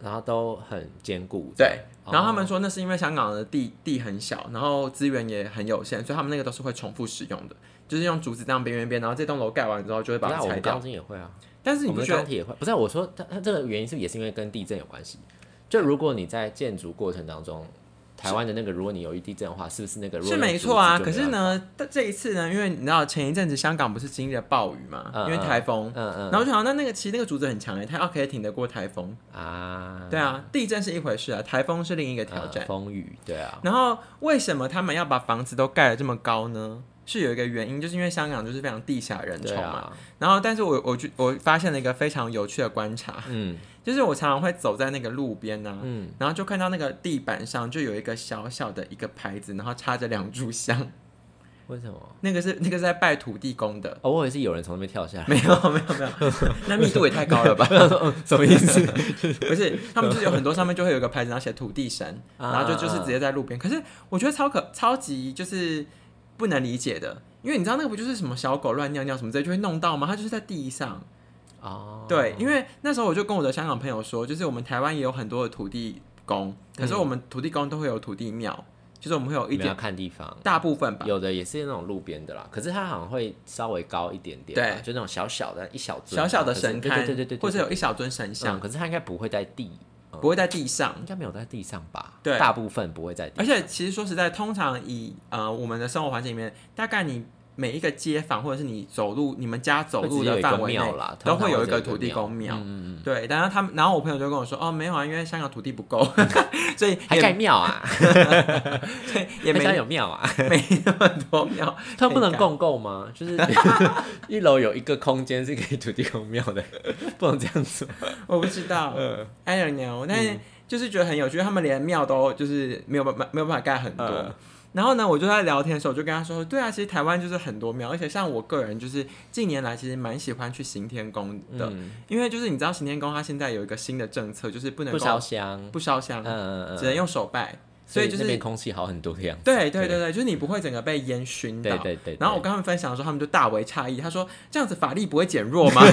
B: 然后都很坚固，
A: 对。
B: 哦
A: 然后他们说那是因为香港的地地很小，然后资源也很有限，所以他们那个都是会重复使用的，就是用竹子这样编编编，然后这栋楼盖完之后就会把
B: 不
A: 它
B: 是啊我
A: 拆
B: 们
A: 掉
B: 钢。筋也会啊，
A: 但是你
B: 我
A: 不
B: 们
A: 觉
B: 钢
A: 得？
B: 铁也会，不是啊我说它它这个原因是不是也是因为跟地震有关系？就如果你在建筑过程当中，台湾的那个，如果你有遇地震的话，是不是那个如果
A: 是
B: 用
A: 没
B: 竹
A: 错啊，
B: 子
A: 可
B: 就没
A: 是
B: 办法，
A: 呢，但这一次呢，因为你知道前一阵子香港不是经历了暴雨嘛，
B: 嗯
A: 因为台风，
B: 嗯
A: 然后就好像那那个其实那个竹子很强哎、它要可以挺得过台风，
B: 嗯啊，
A: 对啊，地震是一回事啊，台风是另一个挑
B: 嗯
A: 战。
B: 风雨，对啊，
A: 然后为什么他们要把房子都盖得这么高呢？是有一个原因，就是因为香港就是非常地下人
B: 对
A: 稠嘛。
B: 啊，
A: 然后，但是我我就我发现了一个非常有趣的观察，
B: 嗯
A: 就是我常常会走在那个路边呢、
B: 嗯，
A: 然后就看到那个地板上就有一个小小的一个牌子，然后插着两炷香，
B: 为什么？
A: 那个是那个是在拜土地公的。
B: 哦，我以为是有人从那边跳下来，
A: 没有没有没有，那密度也太高了吧？
B: 什么意思？
A: 不是，他们就是有很多上面就会有一个牌子，然后写土地神，
B: 啊
A: 然后就就是直接在路边。可是我觉得超可超级就是不能理解的，因为你知道那个不就是什么小狗乱尿尿什么之类就会弄到吗？它就是在地上。
B: 哦，
A: 对，因为那时候我就跟我的香港朋友说，就是我们台湾也有很多的土地公，
B: 嗯
A: 可是我们土地公都会有土地庙，就是我们会有
B: 你
A: 一
B: 们要
A: 点
B: 看地方。
A: 大部分吧，
B: 有的也是那种路边的啦，可是它好像会稍微高一点点吧，
A: 对
B: 就那种小小的一小尊啊
A: 小小的
B: 可是
A: 神
B: 对
A: 龛，
B: 对对对对，
A: 或者
B: 对
A: 有一小尊神像，
B: 嗯，可是它应该不会在地，
A: 不会在地上。
B: 应该没有在地上吧？
A: 对
B: 大部分不会在地
A: 而且其实说实在，通常以呃我们的生活环境里面，大概你每一个街坊或者是你走路，你们家走路的范围
B: 会直接有一个庙
A: 内
B: 啦，
A: 都会有一
B: 通常会有
A: 个
B: 一个
A: 土地公庙。
B: 嗯嗯
A: 对，然后他们，然后我朋友就跟我说，哦，没有啊，因为香港土地不够， 所以
B: 嗯，还
A: 也
B: 盖庙 啊，
A: 对也
B: 还
A: 没
B: 想有庙啊，
A: 没那么多庙。
B: 它不能共购 吗？就是一楼有一个空间是给土地公庙的， 不能这样子。
A: 我不知道、i don't know，但是就是觉得很有趣，他们连庙都就是没有办法没有办法盖很多。
B: 嗯
A: 然后呢，我就在聊天的时候，我就跟他说，对啊，其实台湾就是很多庙，而且像我个人就是近年来其实蛮喜欢去行天宫的，
B: 嗯，
A: 因为就是你知道行天宫它现在有一个新的政策，就是不能
B: 不
A: 够
B: 烧香，
A: 不烧
B: 嗯
A: 香，
B: 嗯嗯，
A: 只能用手拜，所
B: 所
A: 以
B: 以
A: 就
B: 那
A: 是
B: 边空气好很多的样子。
A: 对对对对，就是你不会整个被烟熏到。
B: 对对对，
A: 然后我跟他们分享的时候，他们就大为诧异，他说：“这样子法力不会减弱吗？”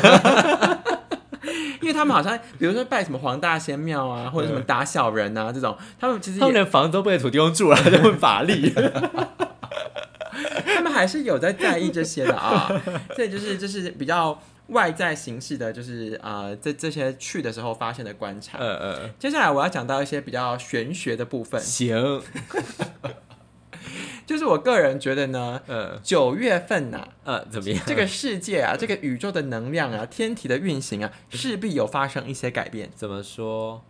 A: 因为他们好像，比如说拜什么黄大仙庙啊，或者什么打小人啊这种，他们其实
B: 他们
A: 也
B: 连房子都被土地公 住了，还在问法力。
A: 嗯他们还是有在在意这些的啊。 所以就是就是比较外在形式的，就是呃这这些去的时候发现的观察。
B: 嗯
A: 接下来我要讲到一些比较玄学的部分
B: 嗯，，行，
A: 就是我个人觉得呢，
B: 嗯
A: 九月份呐、
B: 呃，怎么样？
A: 这个世界啊，这个宇宙的能量啊，天体的运行啊，势必有发生一些改变。
B: 怎么说？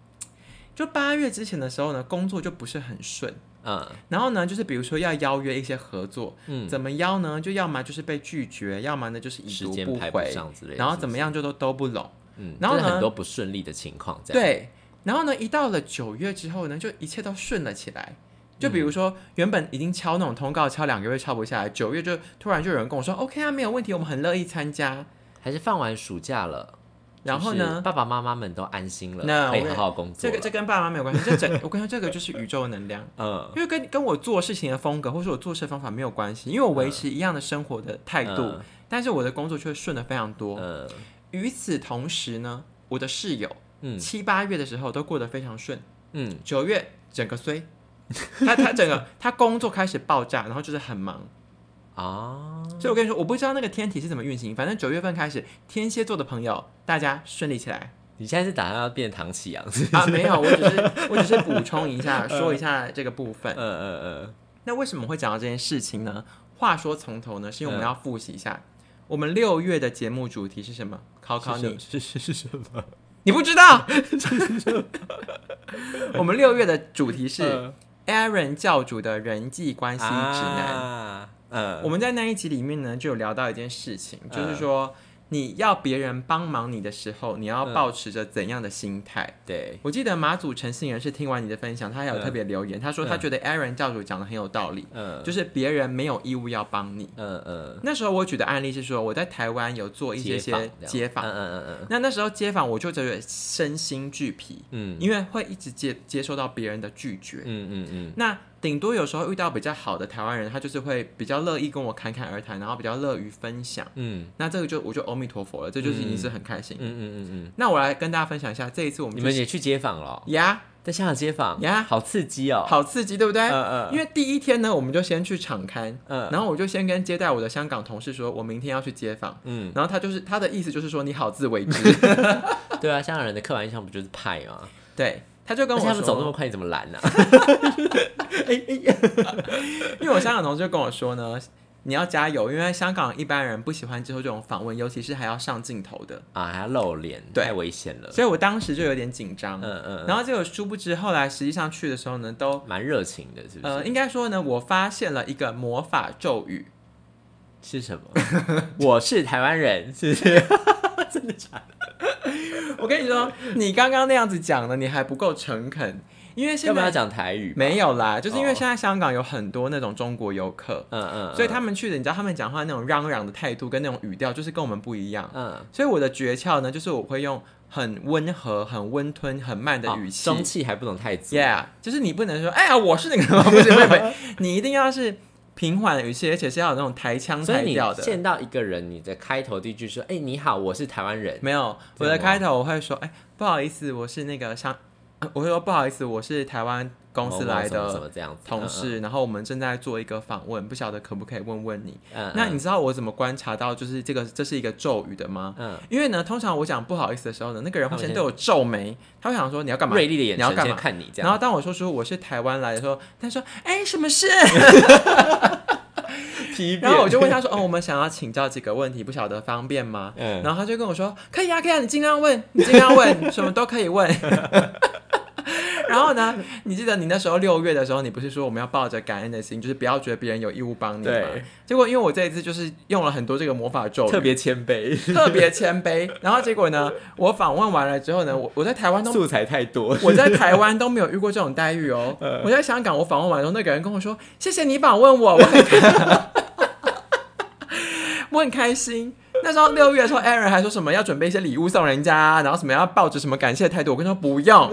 A: 就八月之前的时候呢，工作就不是很顺。
B: 嗯
A: 然后呢，就是比如说要邀约一些合作，
B: 嗯，
A: 怎么邀呢？就要么就是被拒绝，要么呢就是已
B: 时
A: 读
B: 间
A: 不
B: 排不
A: 回，
B: 上之类的，
A: 然后怎么样就都都不拢。
B: 嗯，
A: 然后
B: 就是
A: 呢
B: 很多不顺利的情况，这样
A: 对，然后呢，一到了九月之后呢，就一切都顺了起来。就比
B: 嗯
A: 如说，原本已经敲那种通告，敲两个月敲不下来，九月就突然就有人跟我说，OK 啊，没有问题，我们很乐意参加。
B: 还是放完暑假了，
A: 然后
B: 就
A: 呢
B: 是，爸爸妈妈们都安心了，
A: 那
B: 可以
A: 我
B: 好好工作
A: 这
B: 了。
A: 个这跟爸妈没有关系，这整 我跟你说，这个就是宇宙能量。
B: 嗯
A: 因为跟跟我做事情的风格或是我做事的方法没有关系，因为我维持一样的生活的态度，
B: 嗯
A: 但是我的工作却顺的非常多。
B: 嗯
A: 与此同时呢，我的室友
B: 嗯
A: 七八月的时候都过得非常顺，
B: 嗯，
A: 九月整个衰， 他他整个他工作开始爆炸，然后就是很忙。
B: 啊，
A: 所以我跟你说，我不知道那个天体是怎么运行，反正九月份开始，天蝎座的朋友大家顺利起来
B: 你现在是打算要变唐启阳是不是？
A: 啊！没有，我只是我只是补充一下， 说一下这个部分
B: 嗯。嗯
A: 那为什么会讲到这件事情呢？话说从头呢，是因为我们要复习一下、我们六月的节目主题是什么？考
B: 嗯，
A: 考你，
B: 是是是什么？
A: 你不知 道？ 我们六月的主题是
B: 嗯
A: Aaron 教主的人际关系指南。
B: 啊嗯，
A: 我们在那一集里面呢，就有聊到一件事情，就是说你要别人帮忙你的时候，你要
B: 嗯
A: 保持着怎样的心态？
B: 对，
A: 我记得马祖诚信人是听完你的分享，他还有
B: 嗯
A: 特别留言，他说他觉得 Aaron 教主讲的很有道理，
B: 嗯
A: 就是别人没有义务要帮你。
B: 嗯嗯，
A: 那时候我举的案例是说，我在台湾有做一些
B: 访
A: 些
B: 这样
A: 街访，
B: 嗯嗯嗯嗯
A: 那那时候街访我就觉得身心俱疲，
B: 嗯
A: 因为会一直接接受到别人的拒绝。
B: 嗯嗯嗯
A: 那顶多有时候遇到比较好的台湾人，他就是会比较乐意跟我侃侃而谈，然后比较乐于分享。
B: 嗯
A: 那这个就我就阿弥陀佛了，这就是已经是很开心。
B: 嗯嗯嗯
A: 那我来跟大家分享一下，这一次我
B: 嗯，
A: 们
B: 你
A: 就
B: 们也去街访了，哦
A: 呀，
B: 在香港街访
A: 呀
B: 好刺激哦。
A: 好刺激，对不对？
B: 嗯
A: 因为第一天呢，我们就先去场刊，
B: 嗯
A: 然后我就先跟接待我的香港同事说，我明天要去街访。
B: 嗯
A: 然后他就是他的意思就是说你好自为之，
B: 嗯，对啊，香港人的刻板印象不就是派吗？
A: 对，他就跟我
B: 而且
A: 说，
B: 他们走那么快，你怎么拦呢？
A: 因为我香港同事就跟我说呢，你要加油，因为香港一般人不喜欢接受这种访问，尤其是还要上镜头的，
B: 啊，还要露脸，
A: 对
B: 太危险了。
A: 所以我当时就有点紧张。
B: 嗯嗯
A: 然后结果殊不知，后来实际上去的时候呢，都
B: 嗯，蛮热情的，是不
A: 呃，
B: 是？
A: 应该说呢，我发现了一个魔法咒语，
B: 是什么？ 我是台湾人，是不是？
A: 我跟你说，你刚刚那样子讲的，你还不够诚恳，因为
B: 要
A: 现
B: 不要
A: 在
B: 讲台语？
A: 没有啦，就是因为
B: 哦
A: 现在香港有很多那种中国游客，
B: 嗯嗯，嗯
A: 所以他们去的，你知道他们讲话那种嚷嚷的态度跟那种语调，就是跟我们不一样。
B: 嗯
A: 所以我的诀窍呢，就是我会用很温和、很温吞、很慢的
B: 哦
A: 语气。
B: 中气还不能太足。
A: Yeah，就是你不能说，哎呀，我是那 个，不是，不是，不是，你一定要是平缓的语气，而且是要有那种台腔
B: 所
A: 台
B: 以你
A: 调的。
B: 见到一个人，你的开头第一句说：“哎、你好，我是台湾人。
A: 没有，
B: 这
A: 我
B: 样
A: 的
B: 吗
A: 开头我会说，哎，不好意思，我是那个香，呃我会说不好意思，我是台湾”公司来
B: 什么嗯什
A: 的
B: 么这样子
A: 同，事，然后我们正在做一个访问，不晓得可不可以问问你。
B: 嗯嗯
A: 那你知道我怎么观察到就是这个这是一个咒语的吗？
B: 嗯嗯，
A: 因为呢，通常我讲不好意思的时候呢，那个人会
B: 他们
A: 先
B: 先
A: 对我皱眉，他会想说你要干嘛？
B: 锐利的眼
A: 你要
B: 神
A: 干
B: 先
A: 嘛
B: 看你这
A: 然
B: 样，
A: 后当我说出我是台湾来的时候，他说：“哎、什么事？”
B: 皮
A: 然后我就问他说：“哦，我们想要请教几个问题，不晓得方便吗？”
B: 嗯，
A: 然后他就跟我说：“可以啊，可以啊，你尽量问， 你尽量问，什么都可以问。” 然后呢，你记得你那时候六月的时候，你不是说我们要抱着感恩的心，就是不要觉得别人有义务帮你吗
B: 对？
A: 结果因为我这一次就是用了很多这个魔法咒语，
B: 特别谦卑，
A: 特别谦卑。然后结果呢，我访问完了之后呢，我我在台湾都
B: 素材太 多，
A: 我在台湾都没有遇过这种待遇哦。我在香港，我访问完之后，那个人跟我说：“谢谢你访问我，我 很开，我很开心。”那时候六月的时候，Aaron 还说什么要准备一些礼物送人家，然后什么要抱着什么感谢的态度。我跟他说不用。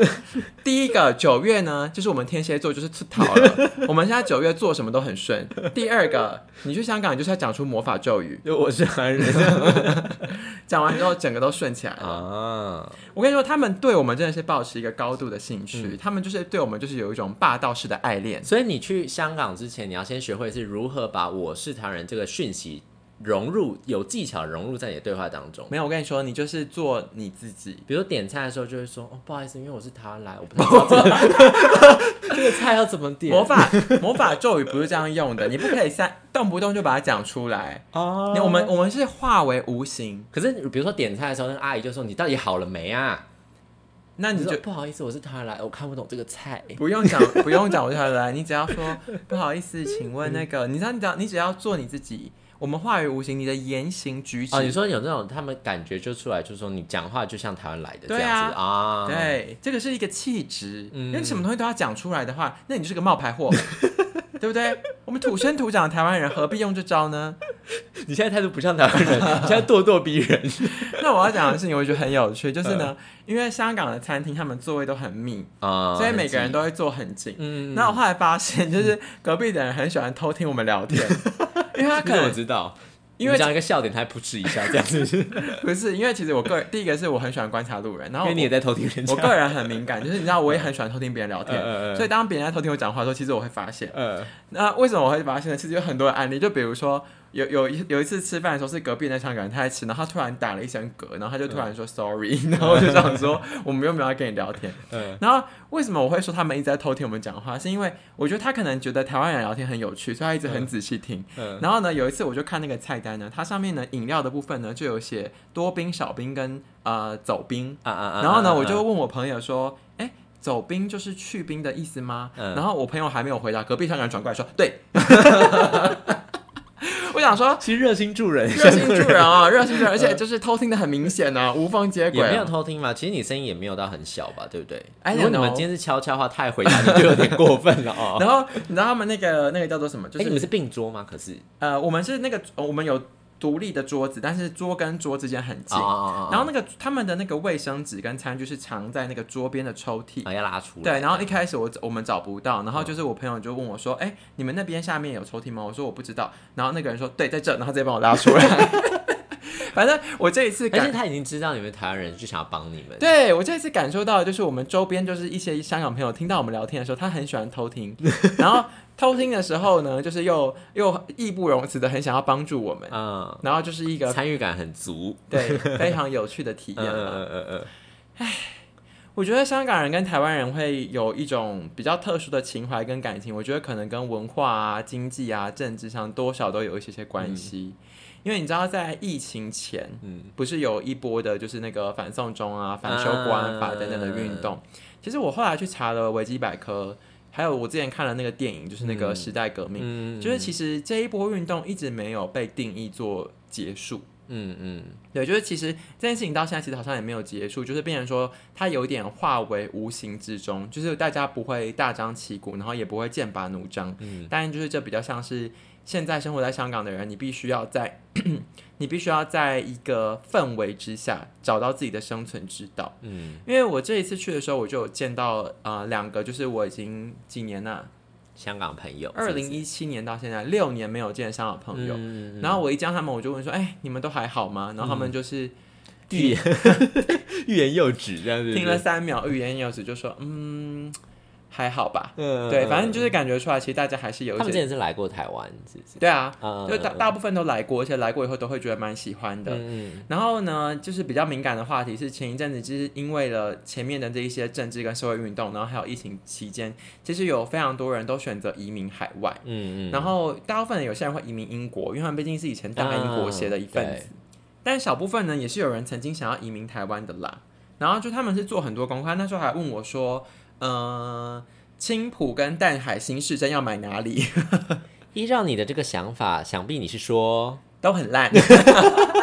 A: 第一个九月呢，就是我们天蝎座就是出逃了，我们现在九月做什么都很顺。第二个，你去香港你就是要讲出魔法咒语，
B: 就我是台 湾人
A: 讲完之后整个都顺起来了。
B: 啊，
A: 我跟你说，他们对我们真的是保持一个高度的兴趣，他们就是对我们就是有一种霸道式的爱恋。
B: 所以你去香港之前，你要先学会是如何把“我是台湾人”这个讯息融入有技巧地融入在你的对话当中。
A: 没有，我跟你说，你就是做你自己。
B: 比如点菜的时候，就会说：“哦，不好意思，因为我是台湾来，我不太知道这个 这个菜要怎么点。”
A: 魔法魔法咒语不是这样用的，你不可以三动不动就把它讲出来。
B: 哦
A: 你我们我们是化为无形，
B: 可是比如说点菜的时候，那个阿姨就说：“你到底好了没啊
A: 那？”
B: 你
A: 你
B: 就
A: 就
B: 说不好意思，我是台湾来，我看不懂这个菜。
A: 不用 讲不用讲，我就来，你只要说不好意思，请问那个，你知道你只要你只要做你自己，我们化为无形，你的言行举止。
B: 哦，你说有那种他们感觉就出来，就是说你讲话就像台湾来的这
A: 对啊
B: 样子啊，，
A: 对，这个是一个气质，
B: 嗯
A: 因为你什么东西都要讲出来的话，那你就是个冒牌 货，对不对？我们土生土长的台湾人何必用这招呢？
B: 你现在态度不像台湾 人，你现在咄咄逼人。
A: 那我要讲的事情，我觉得很有趣，就是呢，
B: 嗯
A: 因为香港的餐厅他们座位都很密，
B: 啊
A: 所以每个人都会坐很紧。
B: 嗯，
A: 那我后来发现，就是隔壁的人很喜欢偷听我们聊 天，因为他
B: 你
A: 可
B: 怎么
A: 能
B: 知道？
A: 因为
B: 你讲一个笑点，他还噗嗤一下，这样子，因
A: 不是因为其实我个人第一个是我很喜欢观察路人， 然后
B: 为你也
A: 我
B: 在偷听人家。
A: 我个人很敏感，就是你知道我也很喜欢偷听别人聊
B: 嗯嗯
A: 天，
B: 嗯
A: 所以当别人在偷听我讲话的时候，其实我会发现。
B: 呃，
A: 那为什么我会发现呢？其实有很多的案例，就比如说有有一有一次吃饭的时候是隔壁那香港人他在吃，然后他突然打了一声嗝，然后他就突然说 sorry，、然后我就想说我们又没有要跟你聊天。
B: 嗯
A: 然后为什么我会说他们一直在偷听我们讲话？是因为我觉得他可能觉得台湾人聊天很有趣，所以他一直很仔细听。
B: 嗯
A: 然后呢，有一次我就看那个菜单呢，它上面呢饮料的部分呢就有写多冰、少冰跟呃走冰。
B: 啊啊啊！
A: 然后
B: 啊
A: 呢，
B: 啊
A: 我就问我朋友说：“哎、走冰就是去冰的意思吗？”
B: 嗯
A: 然后我朋友还没有回答，隔壁香港人转过来说：“ 对。”我想说，
B: 其实热心助人，
A: 热心助人啊，热心助人，而且就是偷听的很明显呢、无缝接轨
B: 嗯也没有
A: 啊。
B: 偷听嘛。其实你声音也没有到很小吧，对不对？
A: I don't
B: 如果你们
A: know
B: 今天是悄悄话，太回答你就有点过分了哦。
A: 然后你知道他们那个那个叫做什么？就
B: 哎，你
A: 是、
B: 们是并桌吗？可是
A: 呃，我们是那个呃我们有独立的桌子，但是桌跟桌之间很近。
B: 啊
A: 然后那个他们的那个卫生纸跟餐具是藏在那个桌边的抽屉，
B: 啊要拉出来，
A: 对，然后一开始我我们找不到，然后就是我朋友就问我说：“哎、你们那边下面有抽屉吗？”我说我不知道，然后那个人说：“对，在这。”然后直接帮我拉出来。 反正我这一次
B: 而且
A: 感，
B: 他已经知道你们台湾人，就想要帮你们。
A: 对我这一次感受到的就是我们周边就是一些香港朋友听到我们聊天的时候，他很喜欢偷听，然后偷听的时候呢，就是又又义不容辞的很想要帮助我们，
B: 嗯，
A: 然后就是一 个
B: 参与感很足。
A: 对非常有趣的体验啊
B: 嗯
A: 了。
B: 嗯嗯嗯
A: 我觉得香港人跟台湾人会有一种比较特殊的情怀跟感情，我觉得可能跟文化啊、经济啊、政治上多少都有一些些关系。因为你知道，在疫情前，
B: 嗯
A: 不是有一波的就是那个反送中啊、反修国安法等等的运动。其实我后来去查了维基百科，还有我之前看了那个电影，就是那个时代革命，
B: 嗯
A: 就是其实这一波运动一直没有被定义做结束。
B: 嗯嗯，
A: 对，就是其实这件事情到现在其实好像也没有结束，就是变成说它有一点化为无形之中，就是大家不会大张旗鼓，然后也不会剑拔弩张。嗯，但就是这比较像是现在生活在香港的人，你必须要在 你必须要在一个氛围之下找到自己的生存之道。嗯，因为我这一次去的时候，我就有见到啊两、个，就是我已经几年呐、
B: 香港朋友，
A: 二零一七年到现在六年没有见香港朋友。
B: 嗯
A: 然后我一见到他们，我就问说：“哎、你们都还好吗？”然后他们就是。
B: 欲言欲言又止这样子，
A: 听了三秒，欲言又止，就说嗯，还好吧。
B: 嗯，嗯，
A: 对，反正
B: 就
A: 就是感觉出来，其实大家还是有一
B: 他们之
A: 些
B: 前是来过台湾，是不是？
A: 对啊，
B: 嗯
A: 就大大部分都来过，而且来过以后都会觉得蛮喜欢的。
B: 嗯
A: 然后呢，就是比较敏感的话题是前一阵子，就是因为了前面的这一些政治跟社会运动，然后还有疫情期间，其实有非常多人都选择移民海外。
B: 嗯嗯，
A: 然后大部分人有些人会移民英国，因为他们毕竟是以前大英国协的一份子。但小部分呢，也是有人曾经想要移民台湾的啦。然后就他们是做很多功课，那时候还问我说，呃，青浦跟淡海新市镇要买哪里，
B: 依照你的这个想法，想必你是说，
A: 都很烂。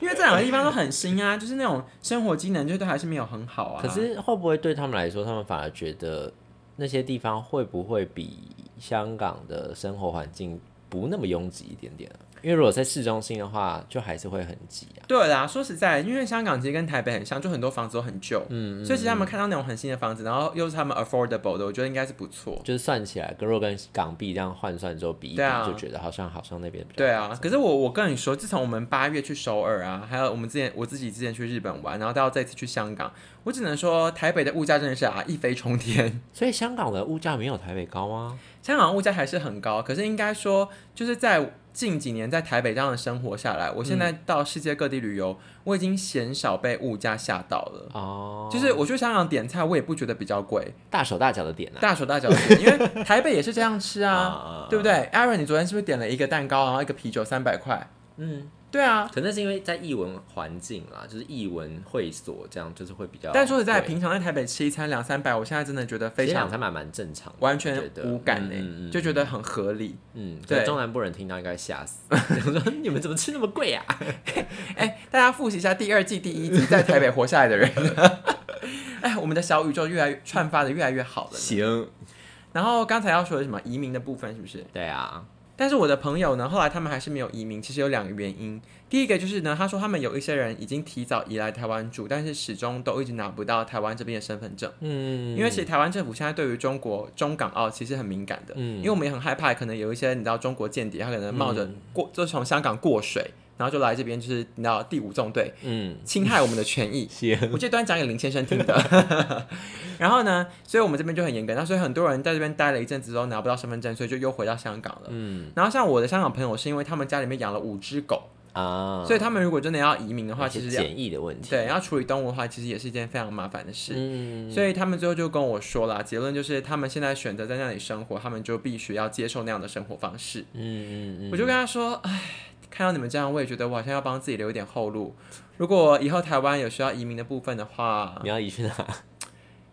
A: 因为这两个地方都很新啊，就是那种生活机能就都还是没有很好啊。
B: 可是会不会对他们来说，他们反而觉得那些地方会不会比香港的生活环境不那么拥挤一点点啊、因为如果在市中心的话，就还是会很挤啊。
A: 对啦，说实在，因为香港其实跟台北很像，就很多房子都很旧，嗯，所以其实他们看到那种很新的房子，然后又是他们 affordable 的，我觉得应该是不错。
B: 就是算起来，跟若跟港币这样换算之后比一比，
A: 对啊
B: 就觉得好像好像那边比较
A: 对啊，可是我我跟你说，自从我们八月去首尔啊，还有我们之前我自己之前去日本玩，然后到这次去香港，我只能说台北的物价真的是啊一飞冲 天。
B: 所以香港的物价没有台北高啊吗？
A: 香港物价还是很高，可是应该说就是在近几年在台北这样的生活下来，我现
B: 嗯
A: 在到世界各地旅游，我已经鲜少被物价吓到了。
B: 哦，
A: 就是我去香港点菜，我也不觉得比较贵，
B: 大手大脚的点啊。
A: 大手大脚的点，因为台北也是这样吃啊，
B: 啊
A: 对不对？Aaron，你昨天是不是点了一个蛋糕，然后一个啤酒三百块？
B: 嗯，
A: 对啊，
B: 可能是因为在艺文环境啦，就是艺文会所这样，就是会比较。
A: 但说实在，
B: 对
A: 平常在台北吃一餐两三百，我现在真的觉得非
B: 其实两
A: 常
B: 餐蛮蛮正常的，
A: 完
B: 我觉
A: 全
B: 得
A: 无感呢、欸
B: 嗯嗯嗯
A: 就觉得很合理。
B: 嗯，
A: 对
B: 对，中南部人听到应该 吓死，我说你们怎么吃那么贵啊？
A: 哎、大家复习一下第二季第一集在台北活下来的 人。哎，我们的小宇宙越来越串发的越来越好了。
B: 行，
A: 然后刚才要说的什么移民的部分是不是？
B: 对啊，
A: 但是我的朋友呢，后来他们还是没有移民，其实有两个原因。第一个就是呢，他说他们有一些人已经提早移来台湾住，但是始终都一直拿不到台湾这边的身份证。
B: 嗯
A: 因为其实台湾政府现在对于中国、中港澳其实很敏感的，
B: 嗯嗯
A: 因为我们也很害怕，可能有一些你知道中国间谍，他可能冒着过，就从香港过水，然后就来这边，就是你知道第五纵队
B: 嗯，。
A: 侵害我们的权益
B: 行，
A: 我这段讲给林先生听的。 然后呢，所以我们这边就很严格，那所以很多人在这边待了一阵子之后拿不到身份证，所以就又回到香港了。
B: 嗯
A: 然后像我的香港朋友，是因为他们家里面养了五只狗，
B: 啊，
A: 所以他们如果真的要移民的话，
B: 一些
A: 其实要
B: 简易的问题，
A: 对要处理动物的话，其实也是一件非常麻烦的事。
B: 嗯，
A: 所以他们最后就跟我说了，结论就是他们现在选择在那里生活，他们就必须要接受那样的生活方式。
B: 嗯嗯嗯，
A: 我就跟他说，唉，看到你们这样，我也觉得我好像要帮自己留一点后路。如果以后台湾有需要移民的部分的话，
B: 你要移去哪？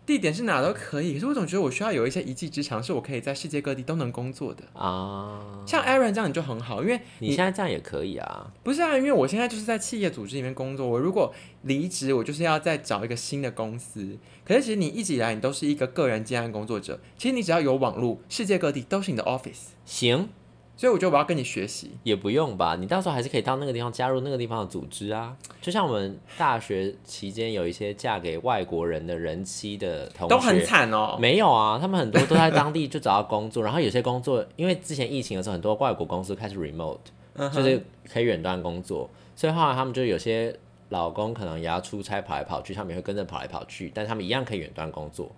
A: 地点是哪都可以。可是我总觉得我需要有一些一技之长，是我可以在世界各地都能工作的。
B: 啊，
A: 像 Aaron 这样你就很好，因为
B: 你现在这样也可以啊，
A: 不是啊，因为我现在就是在企业组织里面工作，我如果离职，我就是要再找一个新的公司。可是其实你一直以来你都是一个个人接案工作者，其实你只要有网络，世界各地都是你的 office。
B: 行，
A: 所以我觉得我要跟你学习。
B: 也不用吧，你到时候还是可以到那个地方加入那个地方的组织啊。就像我们大学期间有一些嫁给外国人的人妻的同学，
A: 都很惨哦，
B: 没有啊，他们很多都在当地就找到工作，然后有些工作因为之前疫情的时候，很多外国公司开始 remote，、
A: 嗯哼
B: 就是可以远端工作，所以后来他们就有些老公可能也要出差跑来跑去，他们也会跟着跑来跑去，但他们一样可以远端工作，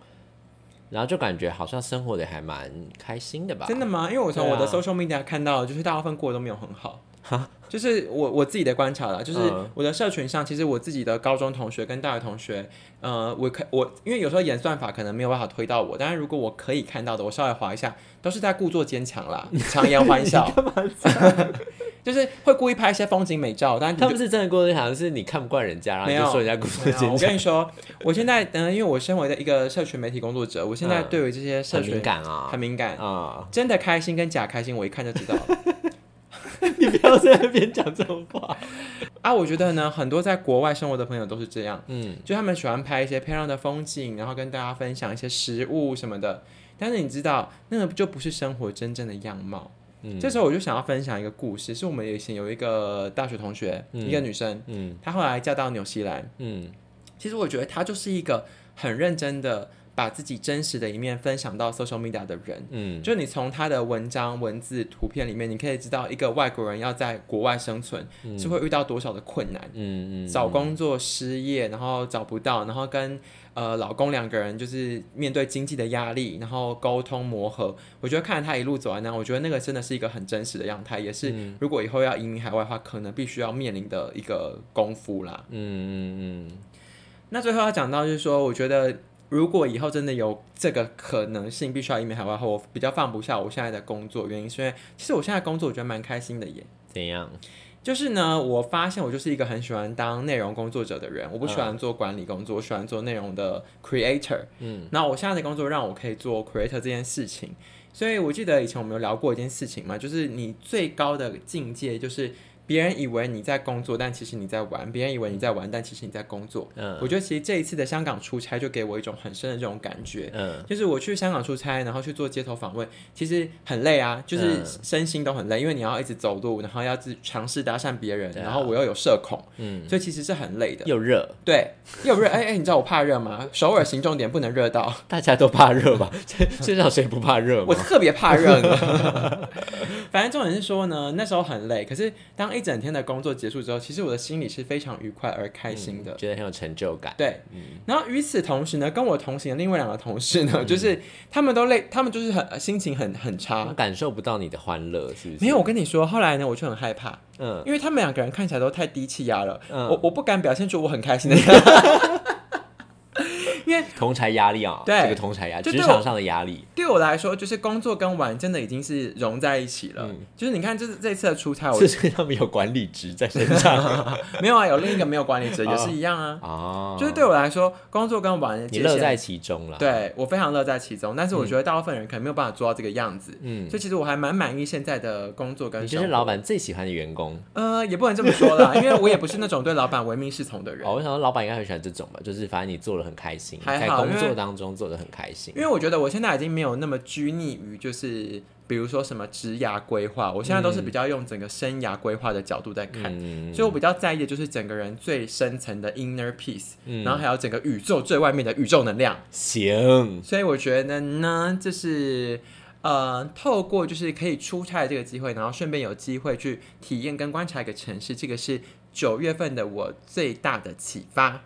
B: 然后就感觉好像生活的还蛮开心的吧？
A: 真的吗？因为我从我的
B: 对啊
A: social media 看到，就是大部分过得都没有很好。就是我我自己的观察啦，就是
B: 嗯
A: 我的社群上，其实我自己的高中同学跟大学同学，呃，我可我因为有时候演算法可能没有办法推到我，但是如果我可以 看到的，我稍微划一下，都是在故作坚强啦，强颜欢笑。就是会故意拍一些风景美照，但你
B: 他
A: 就
B: 们是真的过得好像是你看不惯人家，然后你
A: 没
B: 就
A: 有
B: 说人家故事
A: 没有
B: 精
A: 我
B: 彩，
A: 跟你说，我现在嗯、呃因为我身为的一个社群媒体工作者，我现在
B: 嗯
A: 对于这些社
B: 很
A: 群
B: 敏感啊
A: 很敏感，
B: 啊！
A: 真的开心跟假开心，我一看就知道了。
B: 你不要在那边讲这种话。
A: 啊，我觉得呢，很多在国外生活的朋友都是这样，
B: 嗯，
A: 就他们喜欢拍一些漂亮的风景，然后跟大家分享一些食物什么的。但是你知道，那个就不是生活真正的样貌。
B: 嗯
A: 这时候我就想要分享一个故事，是我们以前有一个大学同学，
B: 嗯
A: 一个女生，
B: 嗯
A: 她后来嫁到纽西兰。
B: 嗯
A: 其实我觉得她就是一个很认真的把自己真实的一面分享到 social media 的人。
B: 嗯，
A: 就你从她的文章、文字、图片里面，你可以知道一个外国人要在国外生存、
B: 嗯
A: 是会遇到多少的困难。
B: 嗯嗯，
A: 找工作失业，然后找不到，然后跟呃老公两个人就是面对经济的压力，然后沟通磨合。我觉得看着他一路走来呢，我觉得那个真的是一个很真实的样态，也是如果以后要移民海外的话，可能必须要面临的一个功夫啦。
B: 嗯嗯嗯
A: 那最后要讲到就是说，我觉得如果以后真的有这个可能性，必须要移民海外后，我比较放不下我现在的工作，原因是因为其实我现在工作我觉得蛮开心的耶。
B: 怎样？
A: 就是呢，我发现我就是一个很喜欢当内容工作者的人，我不喜欢做管理工作，我喜欢做内容的 creator。
B: 嗯，
A: 那我现在的工作让我可以做 creator 这件事情，所以我记得以前我们有聊过一件事情嘛，就是你最高的境界就是别人以为你在工作，但其实你在玩；别人以为你在玩，但其实你在工作。
B: 嗯
A: 我觉得其实这一次的香港出差就给我一种很深的这种感觉，
B: 嗯
A: 就是我去香港出差，然后去做街头访问，其实很累啊，就是
B: 嗯
A: 身心都很累，因为你要一直走路，然后要自尝试搭讪别人，
B: 对啊
A: 然后我又有社恐，
B: 嗯，
A: 所以其实是很累的。
B: 又热，
A: 对，又热，哎哎，你知道我怕热吗？首尔行重点不能热到，
B: 大家都怕 热吧？这世上谁不怕热
A: 我
B: 吗？
A: 特别怕热 呢。反正重点是说呢，那时候很累，可是当一整天的工作结束之后，其实我的心里是非常愉快而开心的。
B: 觉得很有成就感。
A: 对，
B: 嗯
A: 然后与此同时呢，跟我同行的另外两个同事呢，就是他们都累，他们就是很心情很很差
B: 我，感受不到你的欢乐，是不是？
A: 啊没有，我，跟你说，后来呢，我就很害怕，
B: 嗯，
A: 因为他们两个人看起来都太低气压了，
B: 嗯
A: 我我不敢表现出我很开心 的样子。
B: 同才压力啊，
A: 对
B: 这个同才压，
A: 就
B: 职
A: 对我
B: 场上的压力，
A: 对我来说，就是工作跟玩真的已经是融在一起了。就是你看，就是这次的出差，我
B: 嗯是是他们有管理职在身 上
A: 没有啊，有另一个没有管理者
B: 哦
A: 也是一样啊。
B: 啊，
A: 就是对我来说，工作跟玩的
B: 你
A: 界
B: 乐
A: 限，
B: 在其中啦。，
A: 对我非常乐在其中。但是我觉得大部分人可能没有办法做到这个样子，
B: 嗯，
A: 所以其实我还蛮满意现在的工作跟
B: 你
A: 生
B: 就
A: 活。
B: 是老板最喜欢的员工。
A: 呃，也不能这么说啦，因为我也不是那种对老板唯命是从的人
B: 哦，。我想说老板应该很喜欢这种吧，就是反正你做的很开心，
A: 还
B: 在
A: 好
B: 工
A: 因
B: 作
A: 为
B: 当中做的很开心
A: 因。为我觉得我现在已经没有那么拘泥于就是比如说什么职涯规划，我现在都是比较用整个生涯规划的角度在看。
B: 嗯，
A: 所以我比较在意的就是整个人最深层的 inner peace，、
B: 嗯
A: 然后还有整个宇宙最外面的宇宙能量。
B: 行，
A: 所以我觉得呢，这是呃，透过就是可以出差的这个机会，然后顺便有机会去体验跟观察一个城市，这个是九月份的我最大的启发。